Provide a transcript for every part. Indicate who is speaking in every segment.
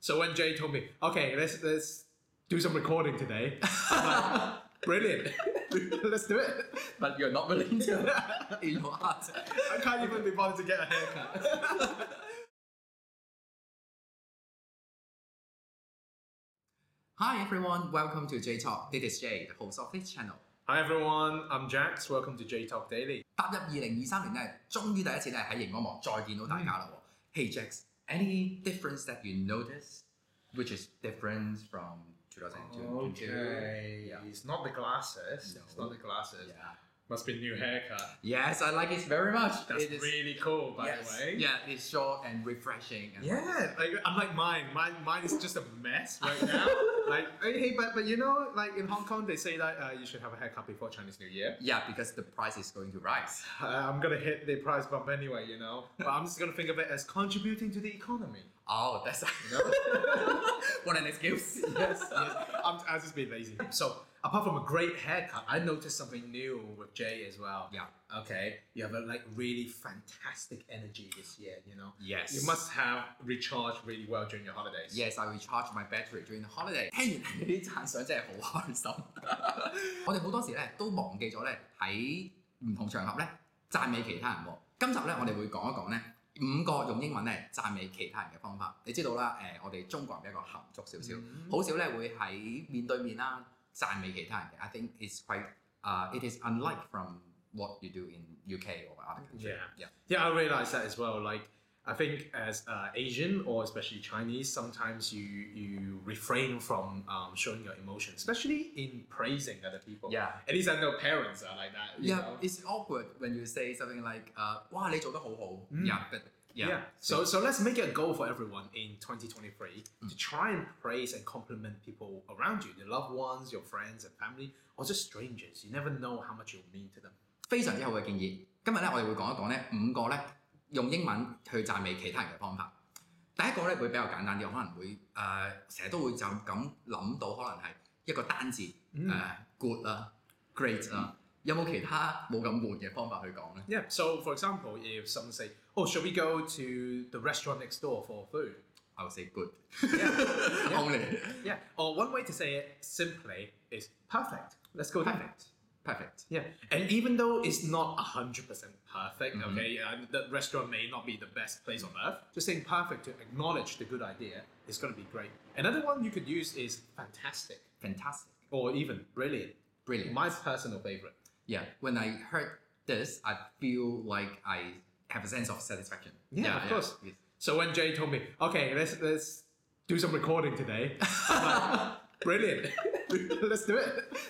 Speaker 1: So when Jay told me, okay, let's let's do some recording today, I'm like, brilliant, let's do it.
Speaker 2: But you're not willing to in your heart.
Speaker 1: I can't even be bothered to get a haircut.
Speaker 2: Hi everyone, welcome to J Talk. This is Jay, the host of this channel.
Speaker 1: Hi everyone, I'm Jax. Welcome to J Talk Daily.
Speaker 2: 踏入二零二三年咧，終於第一次咧喺熒光幕再見到大家啦喎。Hey Jax, any difference that you notice, which is different from 2022? Yeah.
Speaker 1: it's not the glasses. It's
Speaker 2: No.
Speaker 1: not the glasses.
Speaker 2: Yeah.
Speaker 1: Must be new haircut.
Speaker 2: Yes, I like it very much.
Speaker 1: That's
Speaker 2: it is,
Speaker 1: really cool, by
Speaker 2: yes,
Speaker 1: the way.
Speaker 2: Yeah, it's short and refreshing. And
Speaker 1: Yeah, like unlike mine, mine mine is just a mess right now. like hey, hey, but but you know, like in Hong Kong, they say that uh, you should have a haircut before Chinese New Year.
Speaker 2: Yeah, because the price is going to rise.
Speaker 1: Uh, I'm gonna hit the price bump anyway, you know. But I'm just gonna think of it as contributing to the economy.
Speaker 2: Oh, that's what an excuse.
Speaker 1: Yes, yes. I'm, I'll just be lazy. So apart from a great haircut, I noticed something new with Jay as well.
Speaker 2: Yeah.
Speaker 1: Okay, you have a like really fantastic energy this year. You know.
Speaker 2: Yes.
Speaker 1: You must have recharged really well during your holidays.
Speaker 2: Yes, I recharge my battery during the holiday。聽完呢啲讚賞真係好開心。 我哋好多時咧都忘記咗咧喺唔同場合咧讚美其他人喎。今集咧我哋會講一講咧五個用英文咧讚美其他人嘅方法。你知道啦，誒、我哋中國人比較含蓄少少，
Speaker 1: 嗯
Speaker 2: 好、少咧會喺面對面啦讚美其他人嘅。I think it's quite 啊、it is unlike from what you do in UK or other countries.
Speaker 1: Yeah.
Speaker 2: yeah.
Speaker 1: Yeah, I realize that as well. Like, I think as uh, Asian or especially Chinese, sometimes you you refrain from um, showing your emotion, especially in praising other people.
Speaker 2: Yeah.
Speaker 1: At least I know parents are like that. You
Speaker 2: Yeah,
Speaker 1: Know?
Speaker 2: it's awkward when you say something like, uh, 哇，你做得好好。Yeah, but yeah.
Speaker 1: 嗯 Yeah. So so let's make it a goal for everyone in 2023 to try and praise and compliment people around you, your loved ones, your friends and family, or just strangers. You never know how much you'll mean to them.
Speaker 2: 非常之好嘅建議。今日咧，我哋會講一講咧五個咧用英文去讚美其他人嘅方法。第一個咧會比較簡單啲，我可能會誒成日都會就咁諗到，可能係一個單字誒、
Speaker 1: 嗯
Speaker 2: 呃 good 啦、great 啦。有冇其他冇咁悶嘅方法去講咧？
Speaker 1: Yeah. So for example, if someone say, "Oh, shall we go to the restaurant next door for food?"
Speaker 2: I would say good
Speaker 1: Yeah.
Speaker 2: only
Speaker 1: Yeah, or one way to say it simply is perfect. Let's go perfect.
Speaker 2: perfect。
Speaker 1: Yeah, and even though it's not 100% perfect, okay, uh, the restaurant may not be the best place on earth, just saying perfect to acknowledge the good idea is going to be great. Another one you could use is fantastic
Speaker 2: Fantastic。
Speaker 1: or even brilliant.
Speaker 2: Brilliant.
Speaker 1: My personal favorite.
Speaker 2: Yeah, when I heard this, I feel like I have a sense of satisfaction.
Speaker 1: Yeah, of course.
Speaker 2: yes.
Speaker 1: So when Jay told me, okay, let's let's do some recording today, I'm like, brilliant, let's do it.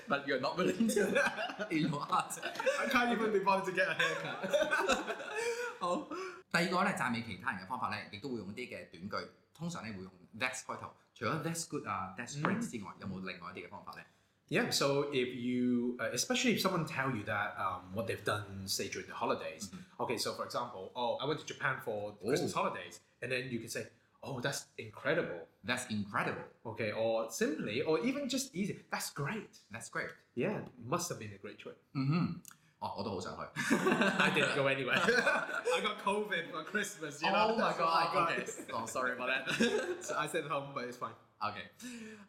Speaker 2: But you're not willing to in your heart.
Speaker 1: I can't even be bothered to get a haircut.
Speaker 2: 好，Oh. 第二個咧讚美其他人嘅方法咧，亦都會用啲嘅短句，通常咧會用 that's 開頭。除咗 that's good 啊、that's
Speaker 1: Mm。
Speaker 2: great 之外，有冇另外一啲嘅方法咧？
Speaker 1: Yeah, so if you, uh, especially if someone tell you that um, what they've done, say during the holidays.
Speaker 2: Mm-hmm.
Speaker 1: Okay, so for example, oh, I went to Japan for the Christmas holidays, and then you can say, oh, that's incredible.
Speaker 2: That's incredible.
Speaker 1: Okay, or simply, or even just easy, that's great.
Speaker 2: That's great.
Speaker 1: Yeah, must have been a great trip.
Speaker 2: 哦，我都好想去。
Speaker 1: I didn't go anywhere. I got COVID for Christmas. You know.
Speaker 2: Oh my
Speaker 1: that's what I got.
Speaker 2: god. Okay. Oh, sorry about that.
Speaker 1: so I stayed home, but it's fine.
Speaker 2: OK，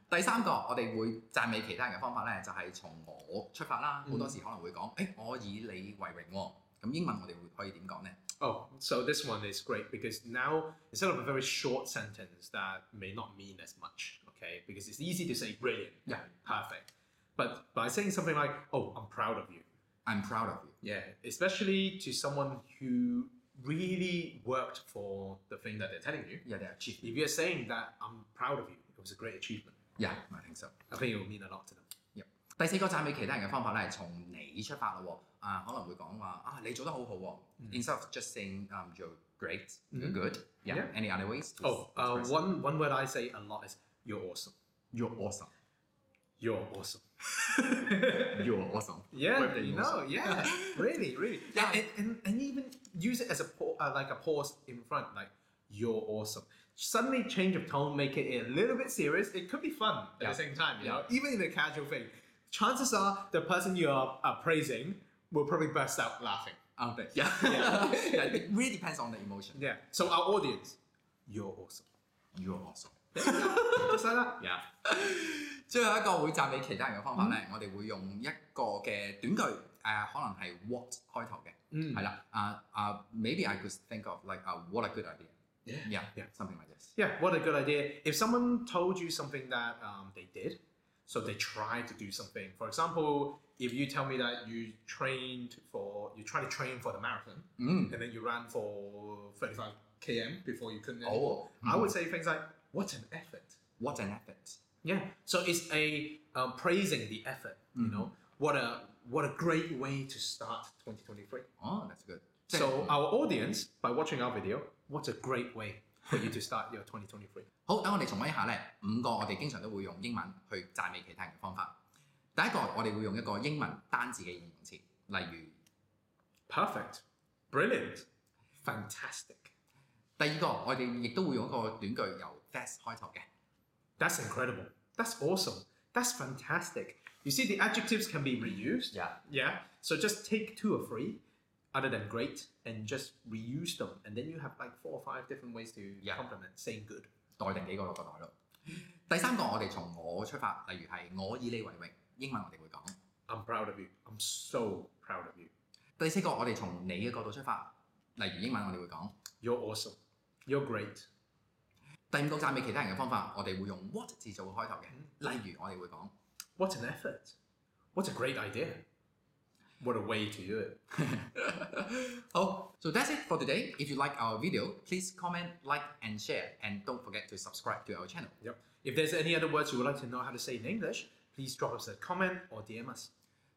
Speaker 2: 第三個我哋會讚美其他人嘅方法咧，就係、從我出發啦。
Speaker 1: 嗯
Speaker 2: 好多時可能會講，誒、我以你為榮喎、咁英文我哋會可以點講咧？
Speaker 1: Oh, so this one is great because now instead of a very short sentence that may not mean as much, okay, because it's easy to say brilliant,
Speaker 2: Yeah.
Speaker 1: perfect, but by saying something like, "Oh, I'm proud of you,"
Speaker 2: I'm proud of you.
Speaker 1: yeah, especially to someone who really worked for the thing that they're telling you.
Speaker 2: Yeah, they achieved.
Speaker 1: If you're saying that I'm proud of you, it was a great achievement.
Speaker 2: Yeah, I think so.
Speaker 1: I think it will mean a lot to them.
Speaker 2: 第四個讚美其他人嘅方法咧，係從你出發咯喎。啊，可能會講話啊，你做得好好喎。Instead
Speaker 1: 嗯
Speaker 2: of just saying um, you're great, you're good,
Speaker 1: Mm-hmm.
Speaker 2: yeah,
Speaker 1: Yeah.
Speaker 2: any other ways? to
Speaker 1: Oh, uh,
Speaker 2: express-
Speaker 1: one one word I say a lot is "You're awesome."
Speaker 2: you're awesome,
Speaker 1: You're awesome.
Speaker 2: you're awesome.
Speaker 1: Yeah,
Speaker 2: Birthday
Speaker 1: you
Speaker 2: also.
Speaker 1: know, yeah, really, really.
Speaker 2: Yeah.
Speaker 1: and, and, and even use it as a pa- uh, like a pause in front, like you're awesome. Suddenly change of tone, make it a little bit serious. It could be fun at
Speaker 2: Yeah.
Speaker 1: the same time, you
Speaker 2: Yeah.
Speaker 1: know, even in a casual thing. Chances are the person you are, are praising will probably burst out laughing.
Speaker 2: Um, but yeah, yeah. it really depends on the emotion.
Speaker 1: Yeah. So our audience, you're awesome.
Speaker 2: You're awesome.
Speaker 1: Just like that.
Speaker 2: 最後一個會讚美其他人嘅方法咧，我哋會用一個嘅短句，誒、可能係 what 開頭嘅，
Speaker 1: Mm.
Speaker 2: 係啦，啊啊，maybe I could think of like a what a good idea，yeah
Speaker 1: Yeah, yeah.
Speaker 2: something like this，
Speaker 1: Yeah, what a good idea. If someone told you something that um, they did, so they tried to do something. For example, if you tell me that you trained for, you try to train for the marathon,
Speaker 2: 嗯，
Speaker 1: and then you ran for 35 km before you couldn't.
Speaker 2: 好
Speaker 1: anymore,
Speaker 2: 喎，
Speaker 1: I would say things like, what an effort.
Speaker 2: 啊 what an effort，
Speaker 1: Yeah. So it's a um, praising the effort, you
Speaker 2: Mhm.
Speaker 1: know, what a, what a great way to start 2023.
Speaker 2: 哦，that's good，即係
Speaker 1: So our audience, by watching our video, what a great way for you to start your 2023.
Speaker 2: 好，等我哋重温一下咧，五個我哋經常都會用英文去讚美其他人嘅方法。第一個我哋會用一個英文單字嘅形容詞，例如
Speaker 1: Perfect. Brilliant. Fantastic.
Speaker 2: 第二個我哋亦都會用一個短句由 that's 開頭嘅。
Speaker 1: That's incredible. That's awesome. That's fantastic. You see, the adjectives can be reused.
Speaker 2: Yeah.
Speaker 1: Yeah. So just take two or three other than great and just reuse them. And then you have like four or five different ways to
Speaker 2: Yeah.
Speaker 1: compliment saying good.
Speaker 2: 袋定幾個落個袋咯。第三個我哋從我出發，例如係我以你為榮，英文我哋會講。
Speaker 1: I'm proud of you. I'm so proud of you.
Speaker 2: 第四個我哋從你嘅角度出發，例如英文我哋會講。
Speaker 1: You're awesome. You're great.
Speaker 2: 第五個讚美其他人嘅方法，我哋會用 what 字做開頭嘅，例如我哋會講。
Speaker 1: What an effort. What a great idea. What a way to do it.
Speaker 2: oh, so that's it for today. If you like our video, please comment, like, and share, and don't forget to subscribe to our channel.
Speaker 1: Yep. If there's any other words you would like to know how to say in English, please drop us a comment or DM us.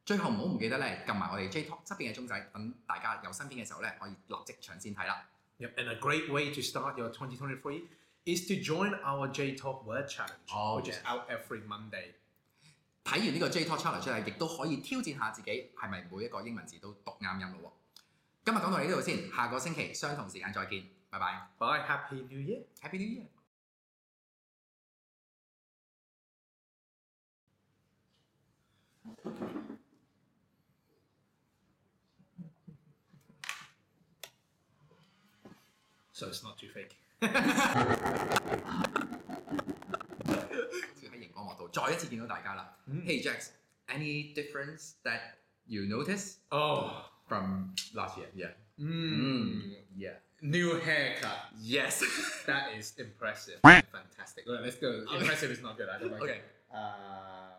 Speaker 2: 最後唔好唔記得咧，撳埋我哋 J Talk 側邊嘅鐘仔，等大家有新片嘅時候咧，可以立即搶先睇啦。
Speaker 1: Yep. And a great way to start your 2023 is to join our J Talk Word Challenge,
Speaker 2: Oh,
Speaker 1: which is
Speaker 2: yes.
Speaker 1: out every Monday.
Speaker 2: 睇完呢個 J Talk Challenge 出嚟，亦都可以挑戰下自己係咪每一個英文字都讀啱音咯喎。今日講到你呢度先，下個星期相同時間再見，拜拜
Speaker 1: Bye. Happy New Year.
Speaker 2: ，Happy New Year！
Speaker 1: So it's not too fake.
Speaker 2: 喺熒光幕度再一次見到大家啦。
Speaker 1: 嗯
Speaker 2: Hey Jax，any difference that you notice？
Speaker 1: Oh.
Speaker 2: from last year. Yeah.
Speaker 1: Mm.
Speaker 2: Yeah.
Speaker 1: New haircut.
Speaker 2: Yes.
Speaker 1: That is impressive. Fantastic. Well, let's go. Impressive is not good. I don't like
Speaker 2: Okay.
Speaker 1: it. Uh,